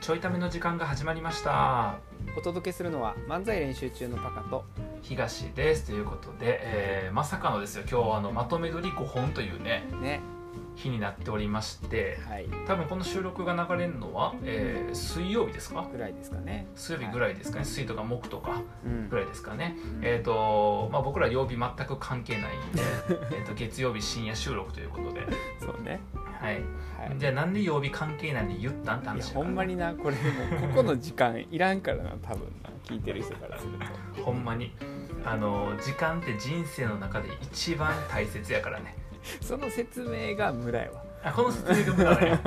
ちょいための時間が始まりましたお届けするのは漫才練習中のパカと東ですということで、えーまさかのですよ今日はあのまとめ撮り5本というねね日になっておりましてはい多分この収録が流れるのは、えー水曜日ですかぐらいですかね水曜日ぐらいですかね、水とか木とかうんぐらいですかね、えっ、とまあ僕ら曜日全く関係 ないんでえーと月曜日深夜収録ということでそうねはいはいじゃあなんで曜日関係ないんで言ったんっていや話だほからんまになこれもうここの時間いらんからな多分な聞いてる人からするとほんまにあの時間って人生の中で一番大切やからねその説明が無駄やわあこの説明が無駄ね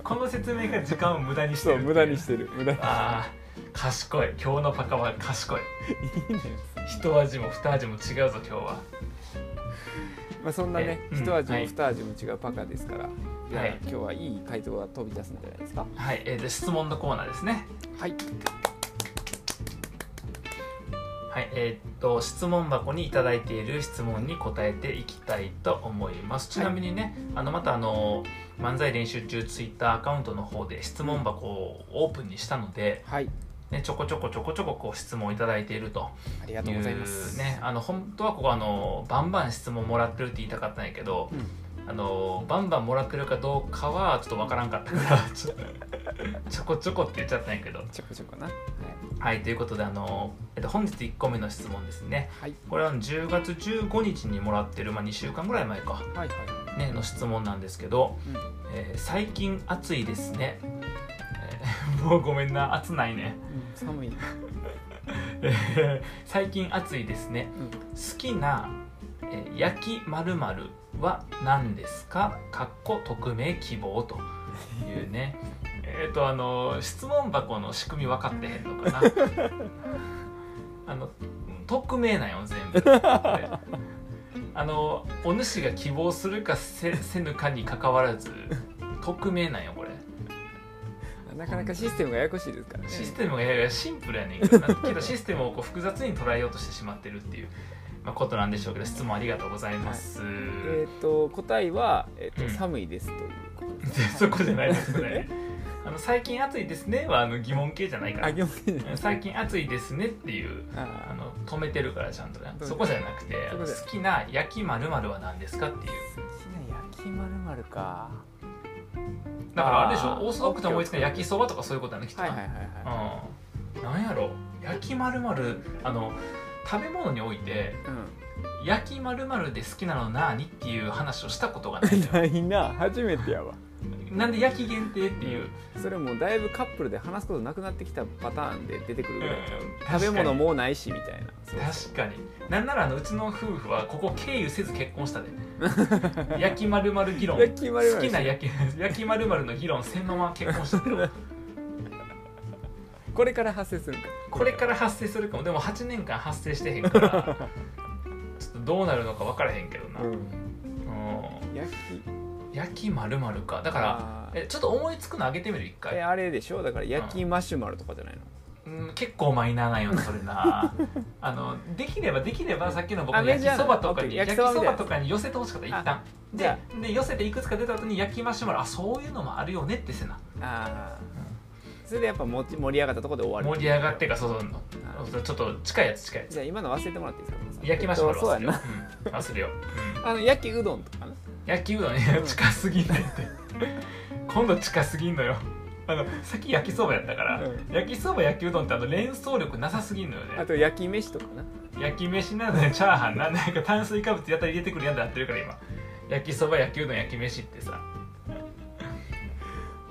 この説明が時間を無駄にしてるそう無駄にしててる無駄にあー賢い今日のパカは賢いいいね一味も二味も違うぞ今日は まあそんなねえうん一味はもい二味も違うパカですからじゃあはい今日はいい回答が飛び出すんじゃないですかはい、えー、で質問のコーナーですねはいはいえーっと質問箱にいただいている質問に答えていきたいと思いますちなみにね、あのまたあの漫才練習中ツイッターアカウントの方で質問箱をオープンにしたので、はいね、ちょこちょこちょこちょここう質問をいただいているとありがいとうございますうねあの本当はここあのバンバン質問もらってるって言いたかったんやけどうんあのバンバンもらってるかどうかはちょっとわからんかったから ちょっとちょこちょこって言っちゃったんやけどちょこちょこなはいはいということであの、えっと、本日1個目の質問ですねはいこれは10月15日にもらってる、まあ、2週間ぐらい前か、はいはいね、の質問なんですけど、うんえー最近暑いですね」えー もうごめんな暑ないねうん寒いねえー 最近暑いですね、うん好きな、えー焼きまるは何ですかかっこ匿名希望というね えっとあの質問箱の仕組み分かってへんのかな あの匿名なんよ全部これ あのお主が希望するかせせぬかにかかわらず匿名なんよこれなかなかシステムがややこしいですからねシステムがいやいやシンプルやねんけどなけどシステムをこう複雑に捉えようとしてしまってるっていう、まあ、ことなんでしょうけど質問ありがとうございます、えっ、と答えは、えーとうん寒いですということで すそこじゃないですね あの最近暑いですねはあの疑問形じゃないかあら行政じゃない最近暑いですねっていうああの止めてるからちゃんとねめてるそこじゃなくてあのそこで好きな焼きまるは何ですかっていうー好きな焼きまるまるかだからあれでしあょーオーソドックスな思いつくのは焼きそばとかそういうことなんできっとはいなはいはいはうん、なんやろ焼きまるあの食べ物においてい、うん焼きまるで好きなのなにっていう話をしたことがないのよ ないな初めてやわなんで焼き限定っていう、それもうだいぶカップルで話すことなくなってきたパターンで出てくるぐらいちゃう、うん食べ物もうないしみたいなそう確かになんならあのうちの夫婦はここ経由せず結婚したで焼きまる議論焼き丸々好きな焼き 焼きまるの議論せんまま結婚したけ どこれから発生するかこれから発生するかもでも8年間発生してへんからちょっとどうなるのか分からへんけどな、うんん、焼き焼きまるかだからあえちょっと思いつくのあげてみる一ーえ回、あれでしょだから焼きマシュマロとかじゃないの、うん、結構マイナーなんよなそれな あのできればできればさっきの僕あのメ焼ジャきーなそばとかにオッケ焼ーきそ焼きそばばみたいなやつとかに寄せてほしかった一旦じでゃで寄せていくつか出た後に焼きマシュマロあそういうのもあるよねってせなああそれでやっぱもち盛り上がったところで終わ盛るり上がってかそうそうあそうちょっと近いやつ近いやつじゃあ今の忘れてもらっていいですか焼きマシュマロそう忘やれよなう、うん、忘れよう、あの焼きうどんとかなうん、焼きうどんいや近すぎないって今度近すぎんのよあのさっき焼きそばやったから、うん焼きそば焼きうどんってあの連想力なさすぎんのよねあと焼き飯とかな焼き飯なんだよチャーハンなんだよなんか炭水化物やたら入れてくるやんだってるから今焼きそば焼きうどん焼き飯ってさ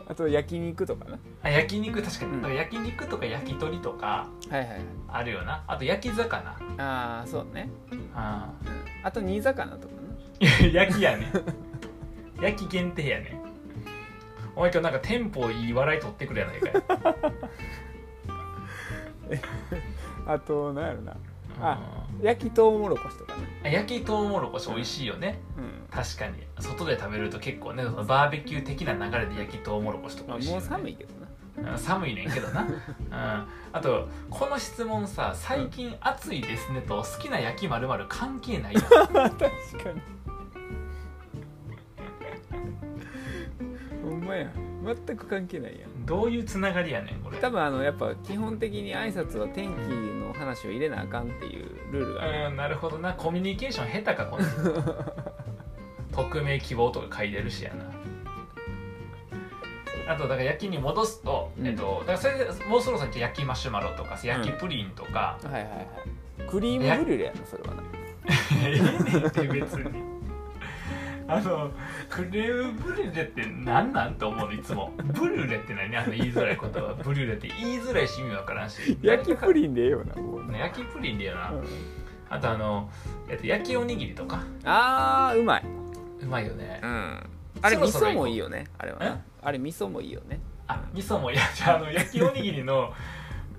あと焼き肉とかなあ焼肉確かに、うんだから焼肉とか焼き鳥とかはいはいはいあるよなあと焼き魚ああそうね、あうん、あと煮魚とかー 焼きやね焼き限定やねお前今日なんかテンポいい笑い取ってくるや ないかいなあと何やろなあうん焼きとうもろこしとかね、あ焼きとうもろこし美味しいよねうん確かに外で食べると結構ねそのバーベキュー的な流れで焼きとうもろこしとかまあ、美味しいよ、もうね、寒いけどなうん寒いねんけどな、うん、あとこの質問さ「最近暑いですね」と「好きな焼きまる関係ないやん 確かにほんまや全く関係ないやんどういうつながりやねんこれ多分あのやっぱ基本的に挨拶は天気の話を入れなあかんっていうルールがある、うんなるほどなコミュニケーション下手かこの 人匿名希望とか書いてるしやなあとだから焼きに戻すと、うんえっと、だからそれでもうそろそろ焼きマシュマロとか焼きプリンとか、はいはいはいクリームブリュレやなそれはなええねんって別にあのクレームブリュレって何なんと思うのいつもブリュレって何あの言いづらい言葉ブリュレって言いづらいし意味わからんし焼きプリンでええよなもうな、ね焼きプリンだよな、うんあとあの、えっと、焼きおにぎりとかあーうまいうまいよねうんあれそ味ろそろ噌もいいよねあれはえなあれ味噌もいいよねあ味噌もいやじゃああの焼きおにぎりの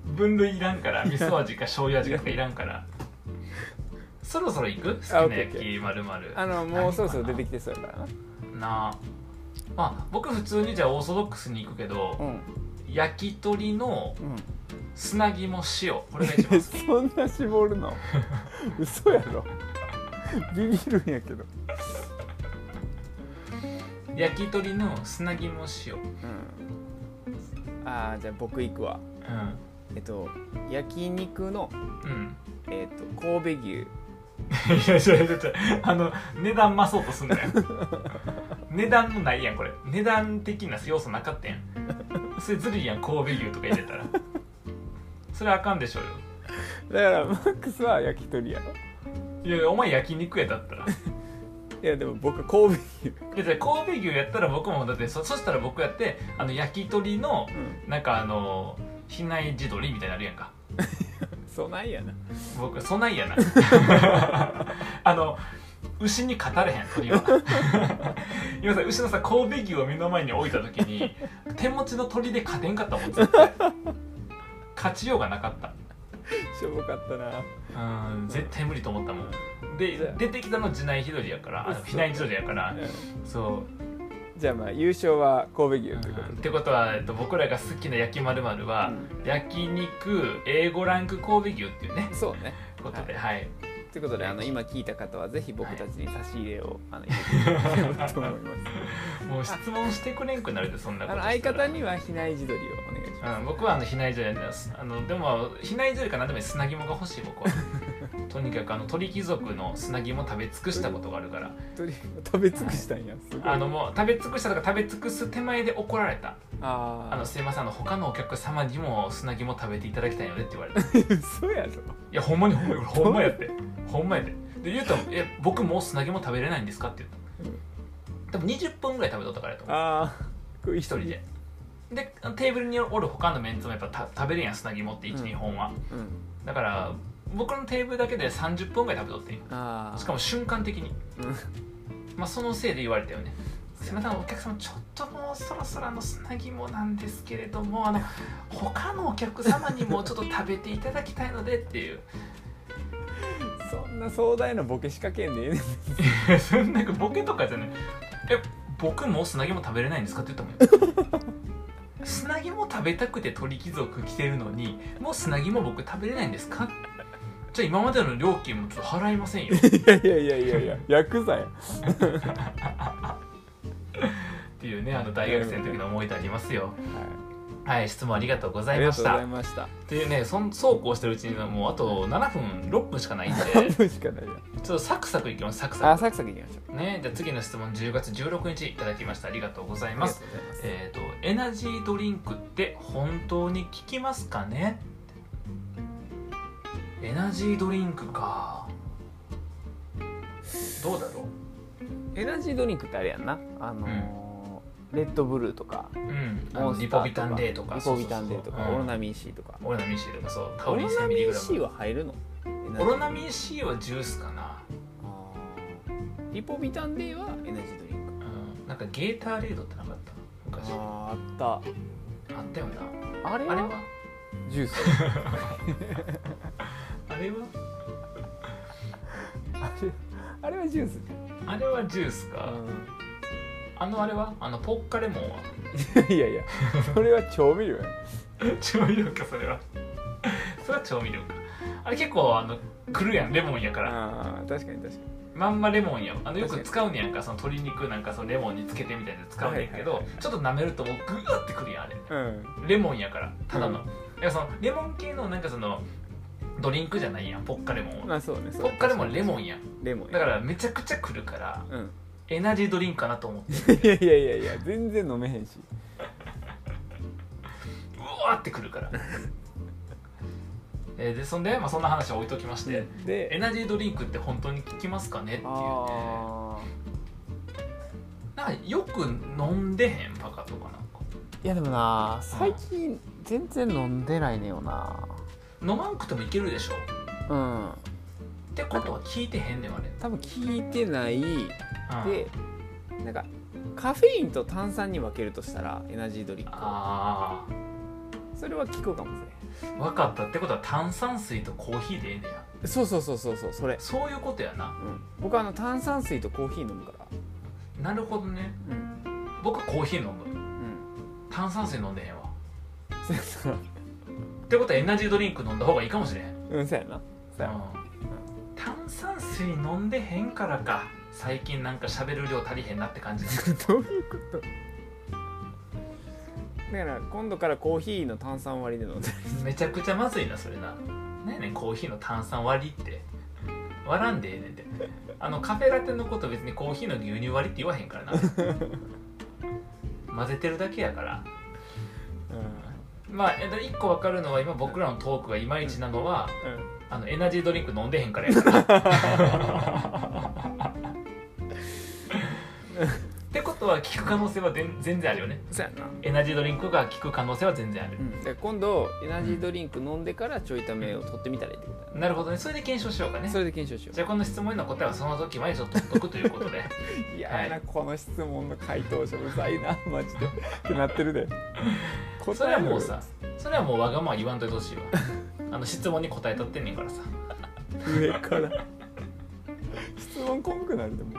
分類いらんから味噌味か醤油味かとかいらんからそろそろ行く好きあオッなケーオッ焼ケきまるまるあのもうそろそろ出てきてそうやからななあまあ僕普通にじゃあオーソドックスに行くけど、うん焼き鳥のうん砂肝塩これが一番好きそんな絞る の嘘やろビビるんやけど、 焼き鳥の砂肝塩うん、ああじゃあ僕行くわうんえっと焼肉の、うんえっと、神戸牛 いやいやいやいやあの値段増そうとすんな よ値段のないやんこれ値段的な要素なかったやんそれずるいやん神戸牛とか入れたらそれあかんでしょうだからマックスは焼き鳥やろよいやお前焼肉やだったらいいやでも僕神戸牛、やだから神戸牛やったら僕もだってそそしたら僕やってあの焼き鳥のうん、なんかあの比内地鶏みたいになるやんかそうなんやな僕そんなん やなあの牛に勝たれへん鳥は 今さ牛のさ神戸牛を目の前に置いた時に手持ちの鳥で勝てんかったもん絶対勝ちようがなかったしょぼかったなうん絶対無理と思ったもんで出てきたの地内日取りやからあの比内地鶏やからうんそうじゃあまあ優勝は神う戸ん牛ということっでてことは、えっと、僕らが好きな焼きまるまるは、焼肉 A5 ランク神戸牛っていうねそうねことではいということであのはい今聞いた方はぜひ僕たちに差し入れを、あの入れていただければと思いますもう質問してくれんくなるでそんなこあとのしたら相方には比内地鶏をお願いします、うん、僕はあの比内地鶏ですあのでも比内地鶏か何でもいい砂肝が欲しい 僕はとにかくあの鳥貴族の砂肝食べ尽くしたことがあるから鳥を食べ尽くしたんやすごいあのもう食べ尽くしたとか食べ尽くす手前で怒られたあーあのすいませんあの他のお客様にも砂肝食べていただきたいのでって言われたい嘘やろやほんまにほんまにこれほんまやってほんまやってで言うとえ僕もう砂肝食べれないんですか?」って言った多分20分ぐらい食べとったからやと思うああ食い一人ででテーブルにおる他のメンツもやっぱた食べれんやん砂肝って12、うん本はうんだから僕のテーブルだけで30分ぐらい食べとってんああしかもも瞬間的に、うんまあ、そのせいで言われたよねすいませんお客様ちょっともうそろそろあの砂肝なんですけれどもあの他のお客様にもちょっと食べていただきたいのでっていうそんな壮大なボケ仕掛けんでええねんそんなボケとかじゃないえ僕も砂肝食べれないんですかって言ったもん よ砂肝食べたくて鳥貴族来てるのにもう砂肝僕食べれないんですかじゃあ今までの料金もちょっと払いませんよいやいやいやいやいやヤクザやっていうねあの大学生の時の思い出ありますよはい質問ありがとうござあいりまがとしうござたいましたっていうねそんそうこうしてるうちにもうあと7分6分しか ないんで半分しかないちやょっとサクサクいきますサクサあサクサクいきましょクうねじゃあ次の質問10月16日いただきましたありがとうございあまりがすとうございますえっ、とエナジードリンクって本当に効きますかねエナジードリンクかどうだろエナジードリンクってあれやんなあのーレッドブルーとかううんあモのンスリターポビタンデーとかリポビタンデーそとうそうかそうオうロんナミン C とかオロナミン C とかそうタオオリロン1000ナミミリグンラム C は入るのオロナミン C はジュースかな、あーリポビタンデーはエナジードリンクうん、なんかゲーターレードってなかった昔ああーあっったよなたあれあれはは ジュースあれはあれあれはジュースあれはジュースか、あのあれはあのポッカレモンは いやいやそれは調味料や調味料かそれは それは調味料かあれ結構あのくるやんレモンやからあー確かに確かにまんまレモンやあのよく確かに使うねやんかその鶏肉なんかそのレモンにつけてみたいなやつ使うねんけど、はいはいちょっと舐めるともうグーってくるやんあれうんレモンやからただの、ういやそのレモン系のなんかそのドリンクじゃないやんポッカレモンはまあそうねそうポッカレモンレモンやんレモンだからめちゃくちゃくるからうん エナジードリンクかなと思っていやいやいやいや全然飲めへんしうわーってくるからえーでそんで、まあ、そんな話は置いときまして、エでナジードリンクって本当に効きますかねっていうねああなんかよく飲んでへんパカとかなんかいやでもな最近全然飲んでないねよな飲まんくてもいけるでしょうんってことは聞いてへんねんあれ、多分聞いてないうんでなんかカフェインと炭酸に分けるとしたらエナジードリンクをあそれは効くかもしあ分かったってことは炭酸水とコーヒーでええねやれんそうそうそうそうそうそれ、そういうことやなうん、僕はあの炭酸水とコーヒー飲むからなるほどねうん僕はコーヒー飲むうん 炭酸水飲んでへんわそうそうってことはエナジードリンク飲んだ方がいいかもしれへん、うん、うんそうやなそうやな炭酸水飲んでへんからか最近なんか喋る量足りへんなって感じだどういうことだから今度からコーヒーの炭酸割りで飲んでめちゃくちゃまずいなそれな何やねんコーヒーの炭酸割りって割らんでええねんってあのカフェラテのこと別にコーヒーの牛乳割りって言わへんからな混ぜてるだけやからうまあえっと一個分かるのは今僕らのトークがいまいちなのはん、うんあのエナジードリンク飲んでへん からやからってことは聞く可能性は全全然あるよねそうやな、エナジードリンクが効く可能性は全然あるう、ん、だから今度エナジードリンク飲んでからちょいためを取ってみたらいいってことだねなるほどねそれで検証しようかねそれで検証しよじゃあこの質問への答えはその時までちょっと取っとくということ でういやはいーなこの質問の回答者うざいなマジでってなってるで 答えそれはもうさそれはもうわがまま言わんといてほしいわあの質問に答えとってんねんからさ上から質問こんくなるでも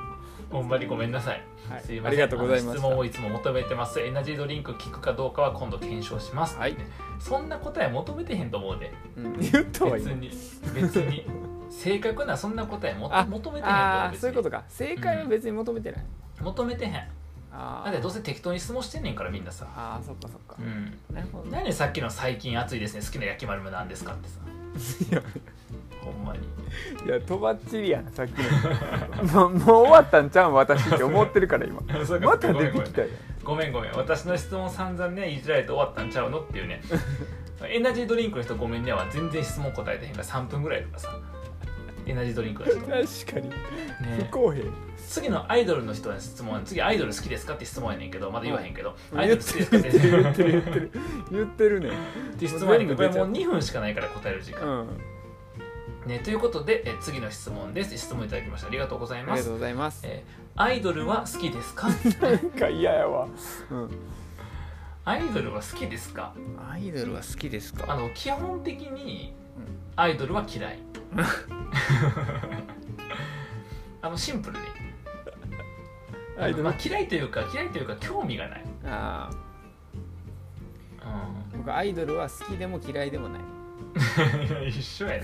ほんまにごめんなさいはすいませんありがとうございまあのし質た問をいつも求めてますエナジードリンク効くかどうかは今度検証します、はいねそんな答え求めてへんと思うでうん言ったわいい別に別に正確なそんな答えもあ求めてへんからああ別にそういうことか正解は別に求めてない、求めてへんあだってどうせ適当に質問してんねんからみんなさあーそっかそっかうんなるほどね何さっきの「最近暑いですね好きな焼き丸もなんですか?」ってさいやほんまにいやとばっちりやんさっきの もうもう終わったんちゃうん私って思ってるから今そうか また出てきたよごめんごめん私の質問散々ねいじられて終わったんちゃうのって いうねエナジードリンクの人ごめんねは全然質問答えてへんから3分ぐらいとかさエナジードリンクの人確ねかに不公平次のアイドルの人の質問次アイドル好きですかって質問やねんけどまだ言わへんけど、アイド言っル好きてでるすかって言ってる言ってる言ってる言ってるねって質問やねんけどこれ全部出ちもゃうう2分しかないから答える時う間、んね、ということでえ次の質問です質問いただきましたありがとうございありまがすとうございますえーアイドルは好きですか なんか嫌やわうんアイドルは好きですかアイドルは好きですあかの基本的にうんアイドルは嫌 いあのシンプルにアイドあのルまあ嫌いというか嫌いというか興味がない、ああう僕アイドルは好きでも嫌いでもないん、 一緒やね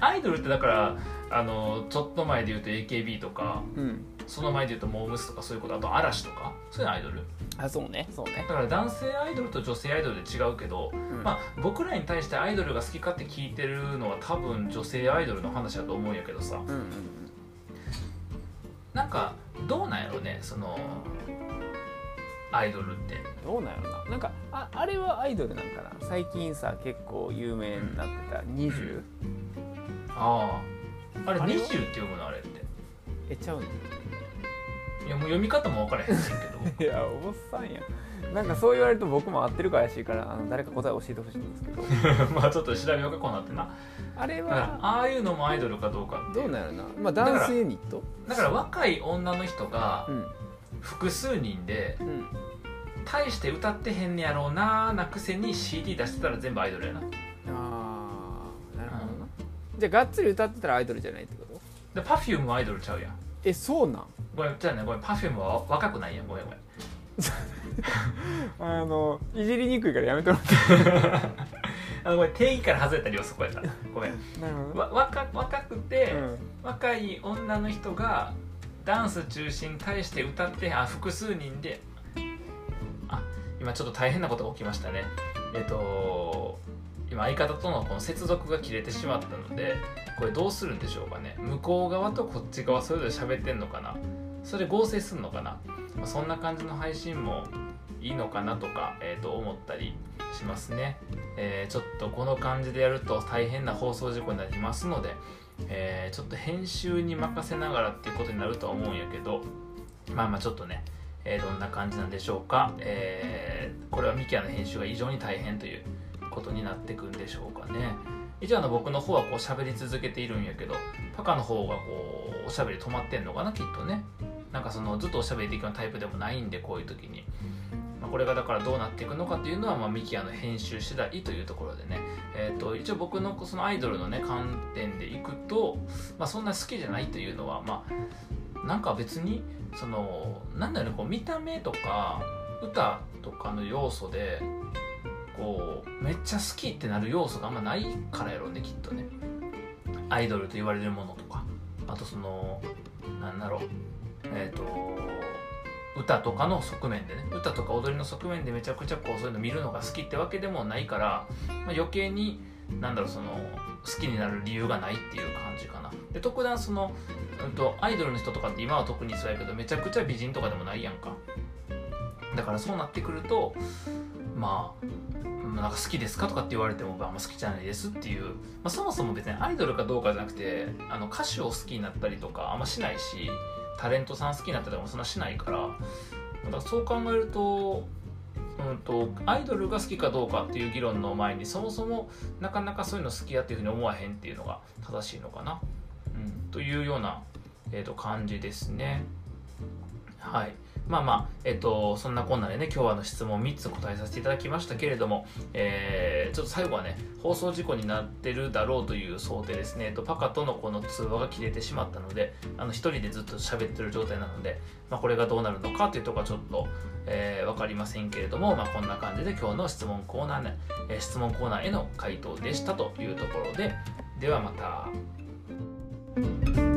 アイドルってだからあのちょっと前で言うと AKB とかうんその前で言うとモームスとかそういうことあと嵐とかそういうのアイドルあそうねそうねだから男性アイドルと女性アイドルで違うけど、まあ、僕らに対してアイドルが好きかって聞いてるのは多分女性アイドルの話だと思うんやけどさうんうんなんかどうなんやろねそのアイドルってどうなんやろななんかああれはアイドルなんかな最近さ結構有名になってた20あああれあれ20って読むのあれってえちゃうねいやもう読み方も分からへんねんけどいやおっさんやなんかそう言われると僕も合ってるか怪しいからあの誰か答え教えてほしいんですけど まあちょっと調べようかこうなってな あれだからはああいうのもアイドルかどうかっていどううなんやろなまあだからダンスユニットだから若い女の人がうん複数人でうん大して歌ってへんねやろうなーなくせに CD 出してたら全部アイドルやなああなるほどうなじゃあがっつり歌ってたらアイドルじゃないってことで Perfume はアイドルちゃうやんえそうなんごめんじゃあねごめん Perfume は若くないやんごめんごめんあのいじりにくいからやめてもらってあのごめん定義から外れたりはそこやったごめんなるほどわ若若くて、うん若い女の人がダンス中心に対して歌ってあ複数人であ今ちょっと大変なことが起きましたねえっと今相方とのこの接続が切れてしまったのでこれどうするんでしょうかね向こう側とこっち側それぞれ喋ってんのかなそれ合成するのかな、まあ、そんな感じの配信もいいのかなとか、えー、と思ったりしますね、えーちょっとこの感じでやると大変な放送事故になりますのでえーちょっと編集に任せながらっていうことになるとは思うんやけどまあまあちょっとね、えーどんな感じなんでしょうか、えーこれはミキアの編集が異常に大変ということになってくんでしょうかね以上の僕の方はこう喋り続けているんやけどパカの方がこうおしゃべり止まってんのかなきっとねなんかそのずっとおしゃべりできるタイプでもないんでこういう時に、まあ、これがだからどうなっていくのかっていうのは、まあ、ミキアの編集次第というところでねえー、と一応僕のそのアイドルのね観点でいくと、まあ、そんな好きじゃないというのはまあなんか別にそのなんだろうねこう見た目とか歌とかの要素でこうめっちゃ好きってなる要素があんまないからやろうねきっとねアイドルと言われるものとかあとそのなんだろうえっ、と歌とかの側面でね歌とか踊りの側面でめちゃくちゃこうそういうの見るのが好きってわけでもないからまあ、余計になんだろうその好きになる理由がないっていう感じかなで特段その、うん、とアイドルの人とかって今は特にそうやけどめちゃくちゃ美人とかでもないやんかだからそうなってくるとまあうんなんか好きですかとかって言われてもまああんま好きじゃないですっていう、まあ、そもそも別にアイドルかどうかじゃなくてあの歌手を好きになったりとかあんましないしタレントさん好きになったりとかもそんなしないからだからそう考えるとうん、とアイドルが好きかどうかっていう議論の前にそもそもなかなかそういうの好きやっていうふうに思わへんっていうのが正しいのかな、うん、というような、えー、と感じですね。はいまあまあ、えっと、そんなこんなでね、今日はあの質問3つ答えさせていただきましたけれども、えーちょっと最後はね、放送事故になってるだろうという想定ですね、えっと、パカとのこの通話が切れてしまったので、あの、一人でずっと喋ってる状態なので、まあ、これがどうなるのかというところはちょっと、えー、分かりませんけれども、まあ、こんな感じで今日の質問コーナー、ねえー質問コーナーへの回答でしたというところでではまた。